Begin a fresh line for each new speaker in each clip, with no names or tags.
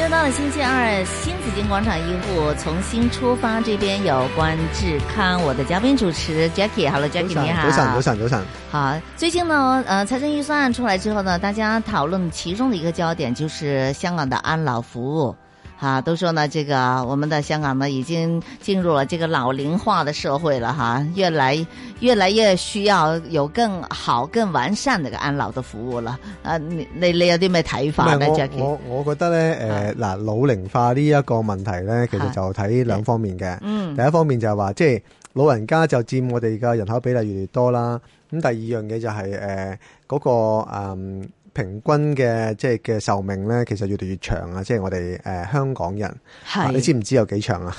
又到了星期二，新紫金广场医护从新出发，这边有关志康，我的嘉宾主持 Jackie。Hello，Jackie，
早
你好。
晨，早晨，早晨。
好，最近呢，呃，财政预算案出来之后呢，大家讨论其中的一个焦点就是香港的安老服务。哈，都说呢，这个我们的香港呢，已经进入了这个老龄化的社会了哈，越来越来越需要有更好、更完善的一个安老的服务了。啊，你你你有啲咩睇
唔
法咧
係我
啊，Jackie？啊
我我覺得咧，誒嗱老齡化呢一個問題咧，其實
係
就睇兩方面嘅。
啊嗯
第一方面就係話，即係老人家就佔我哋嘅人口比例越嚟越多啦。咁第二樣嘢就係誒嗰個嗯平均嘅即係嘅壽命咧，其實越嚟越長啊！即係我哋誒香港人，啊你知
系
唔知有幾長啊？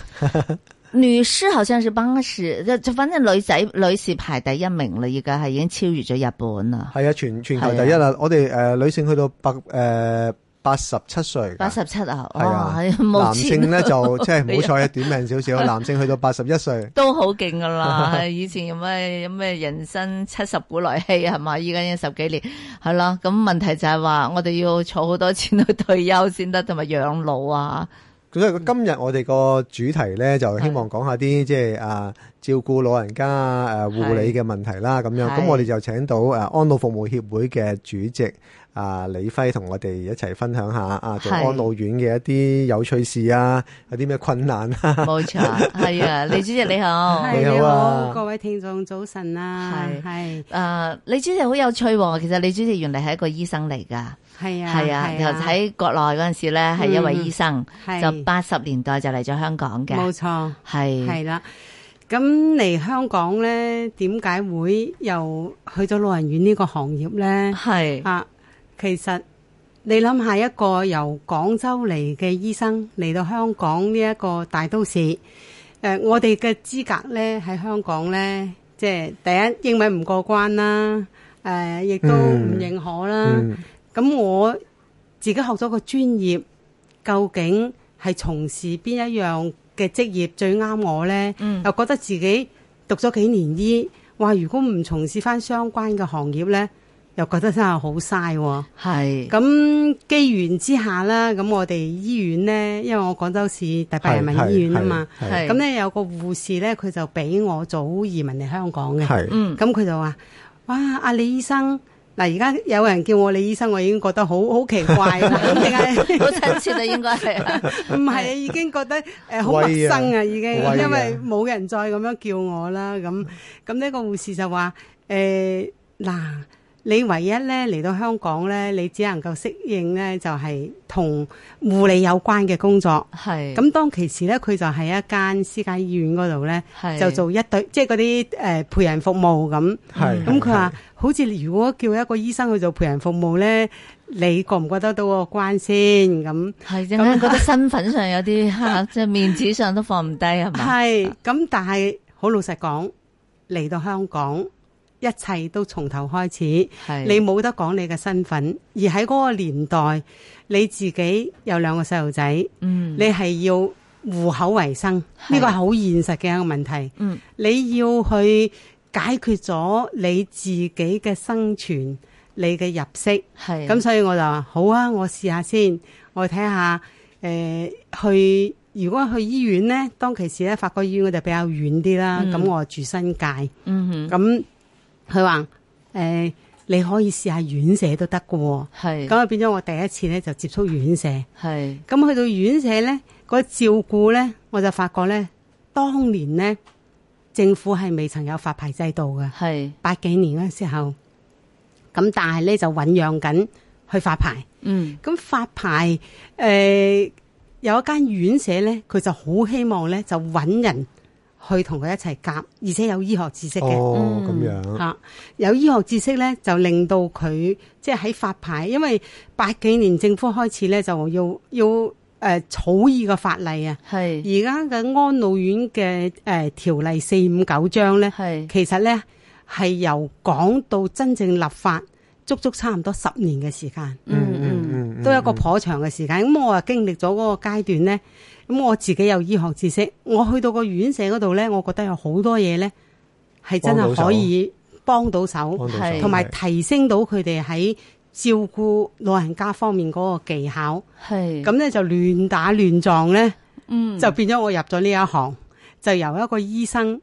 女士好像是八十，就就反正女仔女士排第一名啦，而家係已經超越咗日本啦，
係啊，全全球第一啦！我哋誒女性去到百誒八十七歲㗎，
八十七啊，
係啊
哇，係冇
男
錢
性咧 就即係唔
係
好彩短命少
哎
少，男性去到八十一歲。
都好勁噶啦！ 以前有咩有咩人生七十古來稀係嘛？依家已經十幾年係啦。咁問題就係話，我哋要儲好多錢去退休先得，同埋養老 啊。
所以今日我哋個主題咧，就希望講下
哎
啲即係啊照顧老人家啊誒護理嘅問題啦，咁樣。
係
咁我哋就請到誒安老服務協會嘅主席啊李輝同我哋一齊分享下啊做
係
安老院嘅一啲有趣事啊，有啲咩困難啊。
冇錯，係啊，李主席你好。
係
你好啊
各位聽眾早晨啊，
係誒、
係
啊李主席好有趣喎、其實李主席原嚟係一個醫生嚟㗎，
係啊，嗯
係啊，就喺國內嗰陣時咧係一位醫生，
係
就八十年代就嚟咗香港嘅，
冇錯，
係
係啦。咁嚟香港咧，點解會又去咗老人院呢個行業咧？
係
啊，其實你諗下一個由廣州嚟嘅醫生嚟到香港呢一個大都市，誒、我哋嘅資格呢喺香港呢，即係第一英文唔過關啦，誒、亦都
嗯
唔認可啦。
嗯，
咁、我自己學咗個專業，究竟係從事邊一樣嘅職業最啱我呢？
嗯
又覺得自己讀咗幾年醫，話如果唔從事翻相關嘅行業呢，又覺得真係好嘥
嗯
喎。
係
咁機緣之下啦，咁我哋醫院呢，因為我廣州市第八人民醫院啊嘛，
係
係，
咁呢，有個護士呢，佢就俾我早移民嚟香港嘅。
係
嗯
咁佢就話：，哇，阿李醫生，嗱而家有人叫我李醫生，我已經覺得好好奇怪啦，點 解？
好親切啊，應該 係。
唔係啊，已經覺得誒好陌
威啊
生啊，已經，
威啊
因為冇人再咁樣叫我啦。咁咁呢個護士就話：誒嗱，你唯一咧嚟到香港咧，你只能夠適應咧就係同護理有關嘅工作。
係
咁當其時咧，佢就喺一間私家醫院嗰度咧，
係
就做一對，即係嗰啲誒陪人服務咁。
係。
嗯咁佢話：好似如果叫一個醫生去做陪人服務咧，你過唔過得到個關先咁？
係陣間覺得身份上有啲 嚇，即係面子上都放唔低係 嘛？
係咁，但係好老實講，嚟到香港，一切都從頭開始。
係
你冇得講你嘅身份，而喺嗰個年代，你自己有兩個細路仔，
嗯
你係要糊口為生，
係
呢個係好現實嘅一個問題。
嗯
你要去解決咗你自己嘅生存，你嘅入息。
係
咁所以我就話好啊，我試下先，我睇下誒去。如果去醫院呢，當其時咧，法國醫院我就比較遠啲啦，
嗯
咁、我住新界，咁
嗯哼
佢話誒你可以試下院舍都得嘅喎，
係
咁啊變咗我第一次呢就接觸院舍，
係
咁去到院舍呢，嗰照顧呢，我就發覺呢，當年呢，政府係未曾有發牌制度嘅，
係
八幾年嗰時候，咁但係呢，就醖釀緊去發牌。
嗯
咁發牌誒、呃有一間院舍咧，佢就好希望咧就揾人去同佢一齊夾，而且有醫學知識嘅。嗯
哦，咁
嚇、
樣。
有醫學知識咧，就令到佢即係喺發牌，因為八幾年政府開始咧就要要誒、呃草擬個法例啊。
係
而家嘅安老院嘅誒、呃、條例四五九章咧，
係
其實咧係由講到真正立法，足足差唔多十年嘅時間。
嗯嗯
嗯
嗯，嗯
都有一個頗長嘅時間。咁我啊經歷咗嗰個階段呢，咁我自己有醫學知識，我去到個院舍嗰度呢，我覺得有好多嘢呢係真係可以幫到手，
幫到手
係
同埋提升到佢哋喺照顧老人家方面嗰個技巧。
系
咁呢就亂打亂撞呢，
嗯
就變咗我入咗呢一行，就由一個醫生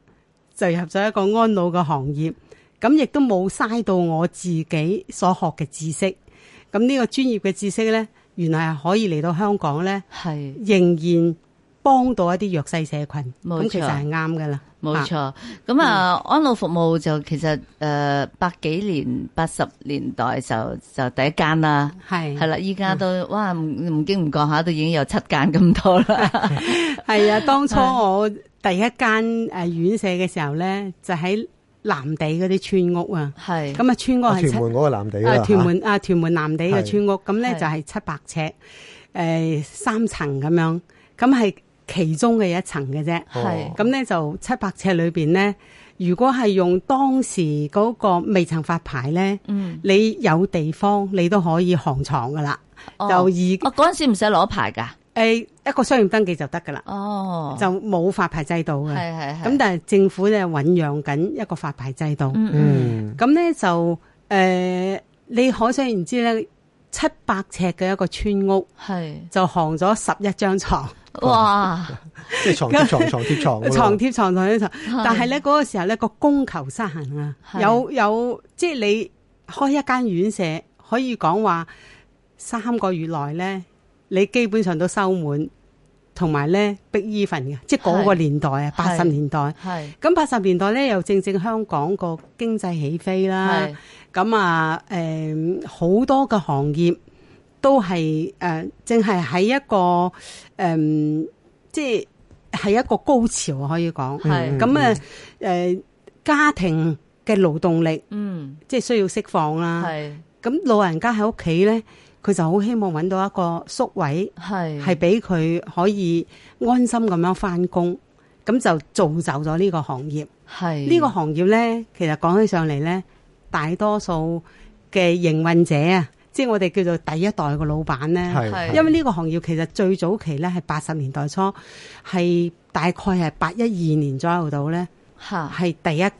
就入咗一個安老嘅行業，咁亦都冇嘥到我自己所學嘅知識。咁呢個專業嘅知識呢，原來係可以嚟到香港呢，
系
仍然幫到一啲弱勢社群。
冇錯
咁其實係啱噶啦，
冇
啊嗯
錯。咁啊，安老服務就其實诶百幾年八十年代就就第一間啦。
係
係啦，依
嗯
家都哇唔唔經唔覺下都已經有七間咁多啦。
係啊，當初我第一間誒院舍嘅時候呢，就喺南地嗰啲村屋啊，
係
咁啊村屋
啊
係
屯
七。
門嗰個藍地
啊，
啦，
屯門啊，屯門南地嘅
係
村屋，咁咧
係
就係七百尺，誒三層咁樣，咁係其中嘅一層嘅啫。
哦
係
咁咧就七百尺裏邊咧，如果係用當時嗰個未曾發牌咧，
嗯，
你有地方你都可以行床噶啦，
哦
就以
哦嗰阵时唔使攞牌㗎。
誒一個商業登記就得噶啦，
哦，
就冇發牌制度
係
嘅。
係係。
咁但係政府咧醖釀緊一個發牌制度。
嗯嗯
嗯，
咁咧就诶、呃你可想而知咧，七百尺嘅一個村屋
係
就行咗十一張床，
哇，
即係床貼床，床貼床㗎咯，
床貼床同一張床。但係咧嗰個時候咧個供求失衡啊，
嗯係
有有即係你開一間院舍，可以講話三個月內咧，你基本上都收滿，同埋咧逼 e 份嘅，即係嗰個
係
年代啊，八
係
十年代。
係
咁八十年代咧，又正正香港個經濟起飛啦。
係
咁啊，誒、好多嘅行業都係誒、正係喺一個誒、即係係一個高潮啊可以講。
係
嗯
咁啊，誒家庭嘅勞動力
嗯
即係需要釋放啦。
係
咁老人家喺屋企咧，佢就好希望揾到一個宿位，
嗯
係
係俾佢可以安心咁樣翻工。咁就造就咗呢個行業。
係
呢個行業呢，其實講起上嚟呢，大多數嘅營運者啊，即係我哋叫做第一代嘅老闆呢，
係
係
係
因為呢個行業其實最早期呢係八十年代初，係大概係八一二年左右度呢，
吓。
係第一間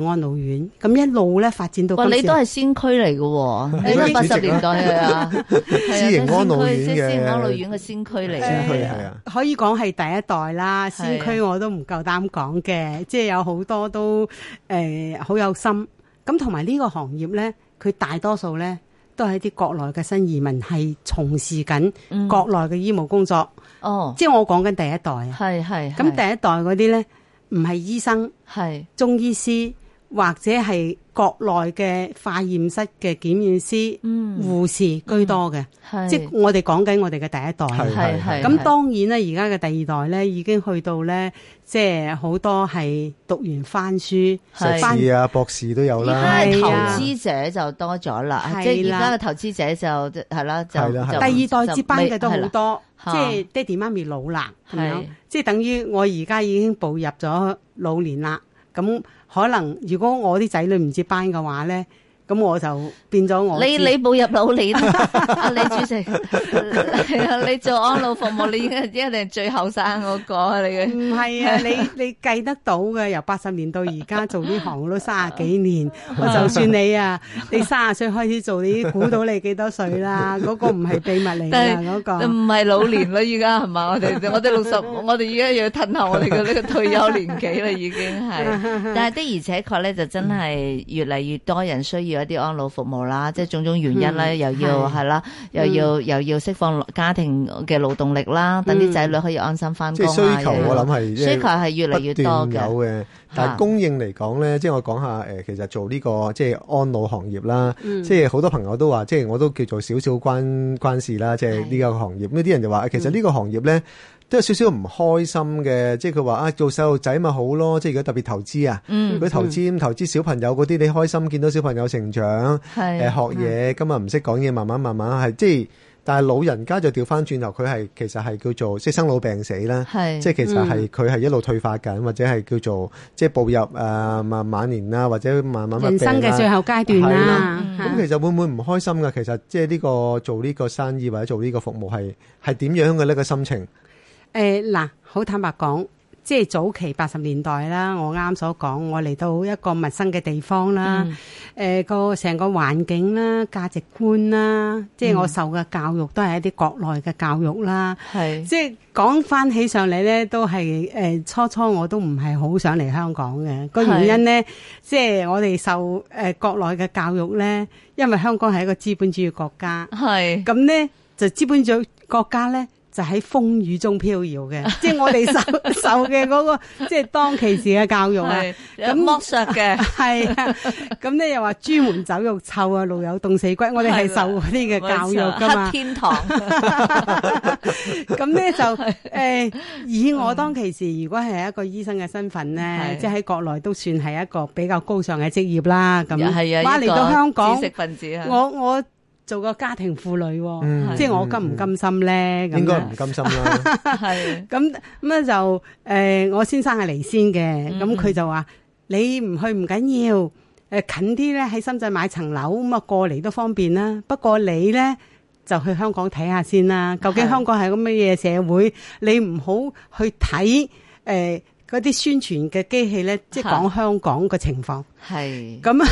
嘅安老院，咁一路呢發展到
哇！
今時
你都係先驅嚟嘅喎，你都係八十年 代係啊，私
私營安老院嘅
私營安老院嘅先驅嚟
先
嘅，
驅係啊，
可以講係第一代啦，先
係
驅我都唔夠膽講嘅，即係有好多都誒好、有心。咁同埋呢個行業呢，佢大多數呢都係啲國內嘅新移民係從事緊
嗯
國內嘅醫務工作，
哦，
即係我講緊第一代啊。
係係
咁第一代嗰啲呢，唔係醫生、
係
中醫師或者係國內嘅化驗室嘅檢驗師、
嗯
護士居多嘅，
係
即係我哋講緊我哋嘅第一代啊。
係係
咁當然咧，而家嘅第二代咧已經去到咧，即係好多係讀完翻書，
係
翻
碩士啊、博士都有
而
啦，
家係
係
投
啊
資者就多咗啦，啊
係
即係而
啦
家嘅投資者就係啦，就
係啦係
就
啦
第二代接班嘅都
就未
好
係啦
多，
係啦
即係爹哋媽咪老啦，咁
係
樣即係等於我而家已經步入咗老年啦。咁可能如果我啲仔女唔接班嘅話咧，咁我就變咗我
你
自
你步入老年， 啊李主席，係啊， 你做安老服務，你已經一定係最後生嗰個你嘅，
唔係啊，你你計得到嘅，由八十年到而家做呢行都三十幾年，我就算你啊，你三十歲開始做，你已經估到你幾多歲啦？嗰、個唔係秘密嚟
但
㗎，嗰、個
唔係老年啦，而家係 嘛？我哋我哋六十，我哋而家要褪後我哋嘅呢個退休年紀啦，已經 係。但係的而且確咧，就真係
嗯
越嚟越多人需要一啲安老服務啦，即係種種原因啦，
嗯
又要
係嗯
係啦，又要又要釋放家庭嘅勞動力啦，等啲
嗯
仔女可以安心翻
即
工
係
啊。
需求，
又
我諗係即係
需求係越嚟越多
不斷
嘅，
有嘅，但係供應嚟講咧，即係我講下誒、呃其實做呢、個即係安老行業啦，
嗯
即係好多朋友都話，即係我都叫做少少關關事啦，即係呢個行業。呢啲人就話，啊其
嗯
實呢個行業咧。都有少少唔開心嘅，即係佢話啊，做細路仔咪好咯，即係如果特別投資啊，
嗯
如果投資投資小朋友嗰啲，你開心見到小朋友成長，誒、
係
嗯
學嘢，今日唔識講嘢，慢慢慢慢係即係但係老人家就調翻轉頭，佢係其實係叫做即係生老病死啦。
係
即係其實
嗯
係佢係一路退化緊，或者係叫做即係步入誒、呃晚晚年啦，或者慢慢
人生嘅最
後。
後階段
係
啦
啦，
嚇
咁其實會唔會唔開心噶？其實即係呢個做呢個生意或者做呢個服務係係點樣嘅呢個心情？
哦誒嗱，好、坦白講，即係早期八十年代啦，我啱所講，我嚟到一個陌生嘅地方
嗯
啦，誒個成個環境啦、價值觀啦，即係我受嘅教育都係一啲國內嘅教育啦。
係
即係講翻起上嚟咧，都係誒、呃初初我都唔係好想嚟香港嘅。個
係
原因咧，即係我哋受誒、呃、國內嘅教育咧，因為香港係一個資本主義國家。
係
咁咧就資本主義國家咧就喺風雨中飄搖 嘅，即係我哋受受嘅嗰、個即係當其時嘅教育啊。
係
咁
剝削嘅，
係啊，咁咧又話朱門酒肉臭啊，路有凍死骨。我哋係
係啦
受嗰 啲嘅教育噶
黑
嘛，
天堂
咁咧就誒、 以我當其時，如果係一個醫生嘅身份咧
嗯係，
即係喺國內都算係一個比較高尚嘅職業啦。咁
係啊，
哇
一
嚟
個
到香港
知，識分子啊，
我我做個家庭婦女喎，
嗯
即係我甘唔甘心啊咧？咁
應該
樣
唔甘心 啦。
係
咁咁咧就诶、呃我先生係嚟先嘅，咁佢、就話：你唔去唔緊要，诶、近啲咧喺深圳買層樓，咁啊過嚟都方便啦。不過你咧就去香港睇下先啦，究竟
係
香港係個乜嘢社會？你唔好去睇诶嗰啲宣傳嘅機器咧，即係講香港嘅情況。
係
咁 啊，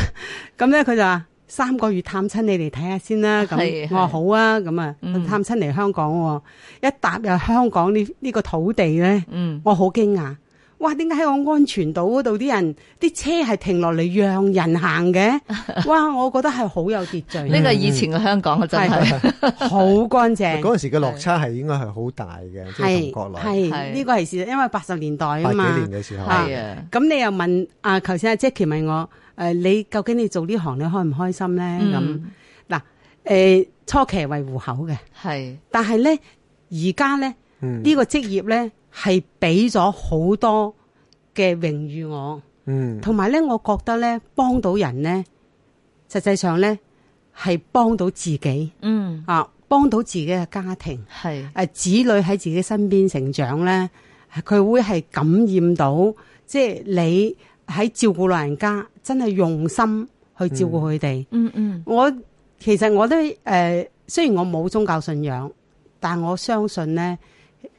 咁咧佢就話三個月探親你嚟睇下先啦。
係
咁我話
係
好啊，咁啊
嗯
探親嚟香港喎，一踏入香港呢呢個土地咧，
嗯
我好驚訝。哇！點解喺我安全島嗰度啲人啲車係停落嚟讓人行 嘅？哇！我覺得係好有秩序，
呢個以前嘅香港啊真係
好乾 淨，
嗰陣時嘅落差係應該係好大嘅，即係
係
同國內
係
係呢個係事實，因為八十年代
八
啊
幾
嘛。
年嘅時候，
係啊，
咁你又問啊？頭先阿 Jackie 問我，誒、你究竟你做呢行你開唔開心咧？咁、
嗯
誒、初期係為户口嘅，
係
但係咧而家咧
嗯
呢個職業咧係俾咗好多嘅榮譽我，
嗯
同埋咧我覺得咧幫到人咧，實際上咧係幫到自己
嗯
啊，幫到自己嘅家庭，
係
誒、子女喺自己身邊成長咧，佢會係感染到，即係你喺照顧老人家真係用心去照顧佢哋。
嗯嗯
我其實我都誒、呃，雖然我冇宗教信仰，但我相信咧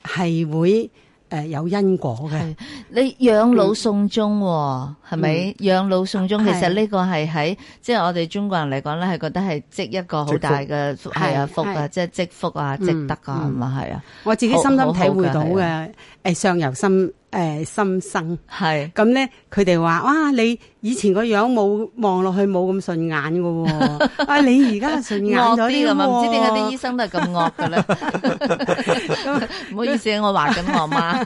係會誒、呃有因果嘅。
係你養老送終喎，係咪養老送終？其
嗯啊係
實呢個係喺即係我哋中國人嚟講咧，係覺得係積一個好大嘅係啊
係
福啊，
係
即係積福啊，
嗯
積德啊，咁啊係啊，
我自己深深體會到
好好嘅係啊
嘅誒上由心誒、呃心生。
係
咁咧，佢哋話：哇！你以前個樣冇望落去冇咁順眼嘅 喎、啊！你而家順眼
惡
咗
啲
啲
咁啊，
喎
唔知點解啲醫生都係咁惡嘅咧？ 唔好意思，我話緊我媽，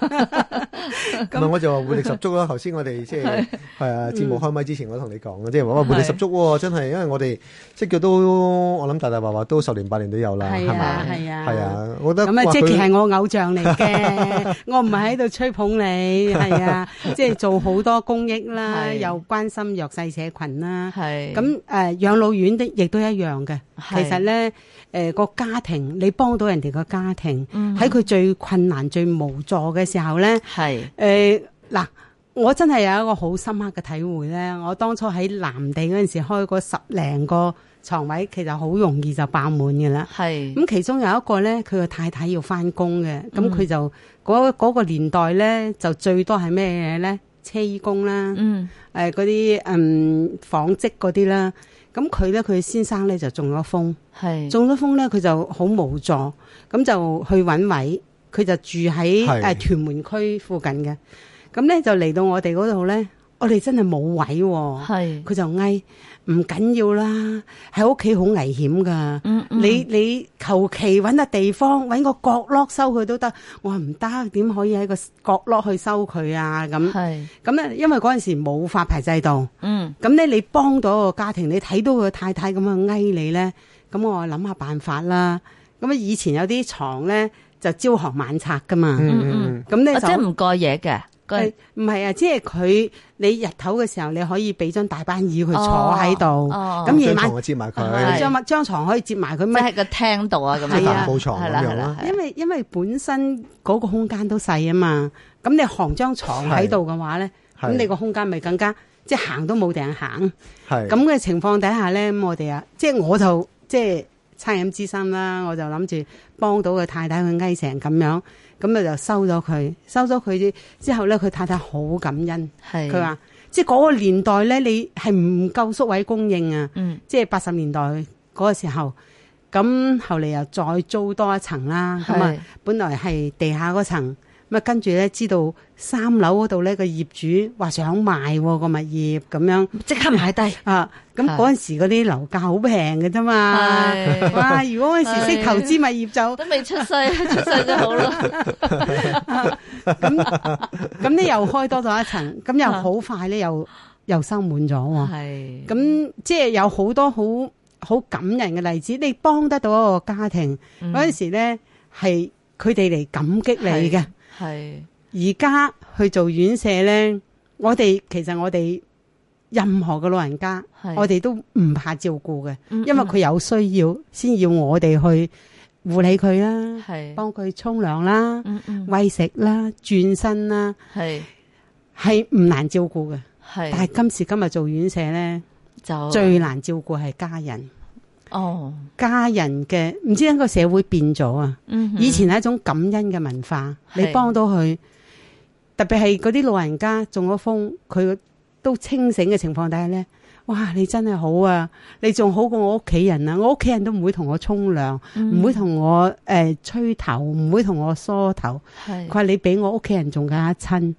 唔係我就話活力十足啦。啊頭先我哋即係係啊節目開咪之前，我都同你講嘅，即係話活力十足喎，真係因為我哋即係叫都我諗大大話話都十年八年都有啦，係
係啊
咪？
係啊
係啊，我覺得
咁啊
哇
，Jackie
佢
係我偶像嚟嘅， 我唔係喺度吹捧你，係啊，即係做好多公益啦，
係
又關心弱勢社群啦。
係
咁誒、呃、養老院的亦都一樣嘅。其
係
實咧，誒、個家庭，你幫到人哋個家庭，
嗯
喺佢、最困難、最無助嘅時候咧，誒、
係
嗱，我真係有一個好深刻嘅體會咧。我當初喺南地嗰陣時開嗰十零個床位，其實好容易就爆滿嘅啦。
係
咁其中有一個咧，佢個太太要翻工嘅，
嗯
咁佢就嗰嗰、個年代咧，就最多係咩嘢咧？車衣工啦，
嗯
誒嗰啲嗯紡織嗰啲啦。咁佢咧，佢先生咧就中咗風，
係
中咗風咧，佢就好無助，咁就去揾位，佢就住喺
係
誒屯門區附近嘅。咁咧就嚟到我哋嗰度咧，我哋真係冇位喎、
係
佢就嗌唔緊要啦，喺屋企好危險㗎。
嗯嗯
你你求其揾個地方揾個角落收佢都得，我話唔得，點可以喺個角落去收佢啊？咁
係
咁咧，因為嗰陣時冇發牌制度，
嗯
咁咧你幫到個家庭，你睇到佢太太咁樣翳你咧，咁我話諗下辦法啦。咁啊，以前有啲床咧就朝行晚拆噶嘛，
嗯
嗯
嗯
咁咧
啊即係
就
唔過夜嘅，個人
唔係啊，即係佢你日頭嘅時候，你可以俾張大班椅佢坐喺度，
哦
咁
張
夜晚啊
床我接埋
係
佢，
張張床可以接埋佢
即
乜？
係個廳度啊咁樣，
係啊
鋪床
係啦
咁樣
係啦
啦，
係
因
啦
為因為本身嗰個空間都細啊嘛，咁你行張床喺度嘅話咧，
係
咁你個空間咪更加即係行都冇埞行。
係
咁嘅情況底下咧，咁我哋啊，即係我就即係餐飲之心啦，我就諗住幫到佢太太佢翳成咁樣，咁啊就收咗佢，收咗佢之後咧，佢太太好感恩，
係
佢話即係嗰個年代咧，你係唔夠宿位供應啊，
嗯
即係八十年代嗰個時候。咁後嚟又再租多一層啦，咁啊
係，
本來係地下嗰層，咁啊跟住咧知道三樓嗰度咧個業主話想賣喎個物業咁樣，
即刻埋低，
啊，咁
嗯係
嗰陣時嗰啲樓價好平嘅啫嘛，
係
哇！如果嗰陣時識投資物業 就
都未出世，出世就好啦。
咁咧又開多咗一層，咁又好快咧又又收滿咗喎。
係
咁即係有好多好好感人嘅例子，你幫得到一個家庭
Ừ. 嗯
嗰陣時咧，係佢哋嚟感激你嘅。
係
而家去做院舍咧，我哋其實我哋任何嘅老人家，
係
我哋都唔怕照顧嘅。
因
因為佢有需要，先要我哋去護理佢啦，
係
幫佢沖涼啦、
嗯嗯
喂食啦、轉身啦，
係
係唔難照顧嘅。但
係
係今時今日做院舍咧，
就
最難照顧係家人。
哦，
家人嘅唔知點解個社會變咗啊！
嗯哼
以前係一種感恩嘅文化，
係
你幫到佢，特別係嗰啲老人家中咗風，佢都清醒嘅情況底下咧，哇！你真係好啊！你仲好過我屋企人啊！我屋企人都唔會同我沖涼，
Ừ 嗯
唔會同我誒、呃吹頭，唔會同我梳頭。
係
佢話你比我屋企人仲更加親。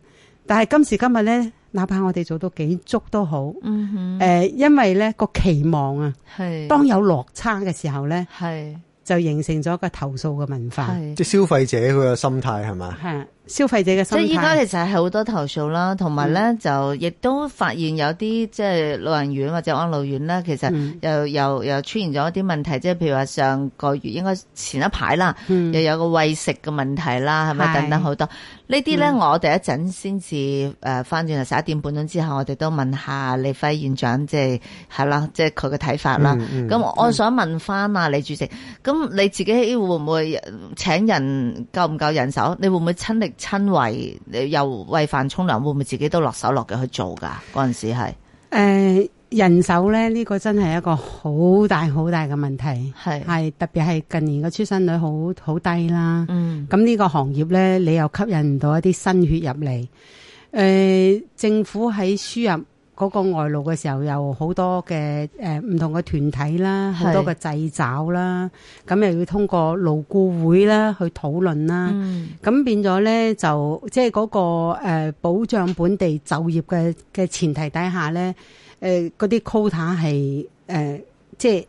但係今時今日咧，哪怕我哋做到幾足都好，誒、
嗯哼
因為咧個期望啊，
係
當有落差嘅時候咧，
係
就形成咗一個投訴嘅文化，
係
即係消費者佢嘅心態係嘛？
係啊消費者
即
嘅心
係依家
態。
其實係好多投訴啦，同埋咧
嗯
就亦都發現有啲即係老人院或者安老院咧，其實
嗯
又又又出現咗一啲問題，即係譬如話上個月應該前一排啦，
嗯
又有個喂食嘅問題啦，係咪
係
等等好多呢啲咧？
嗯
我哋一陣先至誒翻轉頭十一點半鐘之後，我哋都問下李輝院長，即係係啦，即係佢嘅睇法啦。
嗯嗯
咁我我想問翻啊，李主席，咁你自己會唔會呃請人夠唔夠人手？你會唔會親力親為？你又喂飯沖涼，會唔會自己都落手落腳去做㗎？嗰陣時係
誒人手咧，呢、個真係一個好大好大嘅問題，
係
係特別係近年嘅出生率好好低啦。
嗯
咁呢個行業咧，你又吸引唔到一啲新血入嚟。誒、政府喺輸入嗰個外勞嘅時候，有好多嘅誒唔同嘅團體啦，好多嘅掣肘啦，咁又要通過勞顧會啦去討論啦。
嗯
咁變咗咧，就即係嗰個、呃、保障本地就業嘅嘅前提底下咧，誒嗰啲 quota 係誒即係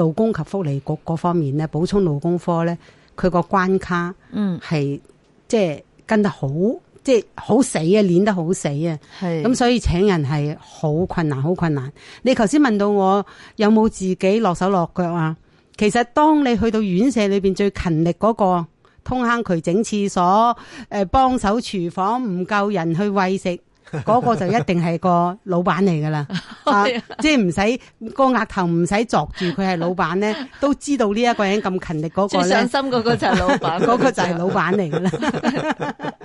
勞工及福利局嗰方面咧，補充勞工科咧，佢個關卡
嗯
係即係跟得好，即係好死啊，攣得好死啊！
係
咁所以請人係好困難，好困難。你頭先問到我有冇自己落手落腳啊？其實當你去到院舍裏邊最勤力嗰、個，通坑渠整廁所，誒、幫手廚房唔夠人去喂食。 嗰個就一定係個老闆嚟㗎 啦，啊即係唔使個額頭唔使鑿住佢係老闆咧，都知道呢一個人咁勤力嗰
最
個
上
咧，
心嗰個就係老闆，
嗰個就係老闆嚟㗎啦，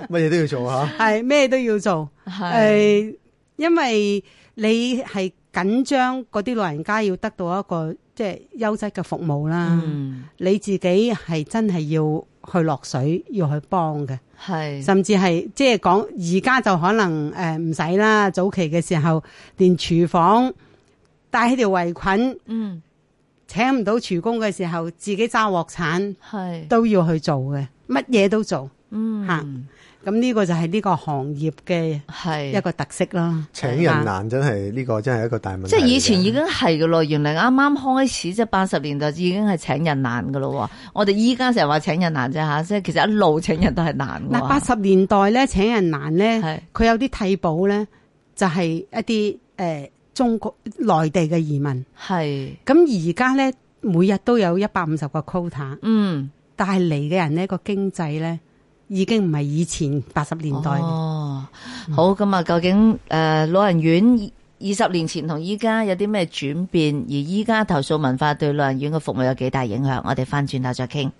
乜嘢都要做啊吓。
係咩都要做。
係
诶、呃因為你係緊張嗰啲老人家要得到一個即係優質嘅服務啦，
嗯
你自己係真係要去落水，要去幫嘅，
係
甚至係即係講而家就可能诶唔使啦，早期嘅時候連廚房帶起條圍裙，
嗯
請唔到廚工嘅時候，自己揸鑊
嗯
鏟
係
都要去做嘅，乜嘢都做。
嗯
咁呢個就係呢個行業嘅
係
一個特色啦。
請人難真係呢個真係一個大問題嚟嘅。
即係以前已經係嘅咯，原來啱啱開始即係八十年代已經係請人難嘅咯喎。我哋依家成日話請人難啫嚇，即係其實一路請人都係難嘅
嗱，八
喎。
十年代咧請人難
係
咧，佢有啲替補咧就係、一啲誒、呃中國內地嘅移民。
係，
咁而家咧每日都有一百五十個 quota，
嗯，
但係嚟嘅人呢個經濟咧已經唔係以前八十年代。
哦，好咁啊，究竟誒、呃老人院二十年前同依家有啲咩轉變？而依家投訴文化對老人院嘅服務有幾大影響？我哋翻轉頭再傾。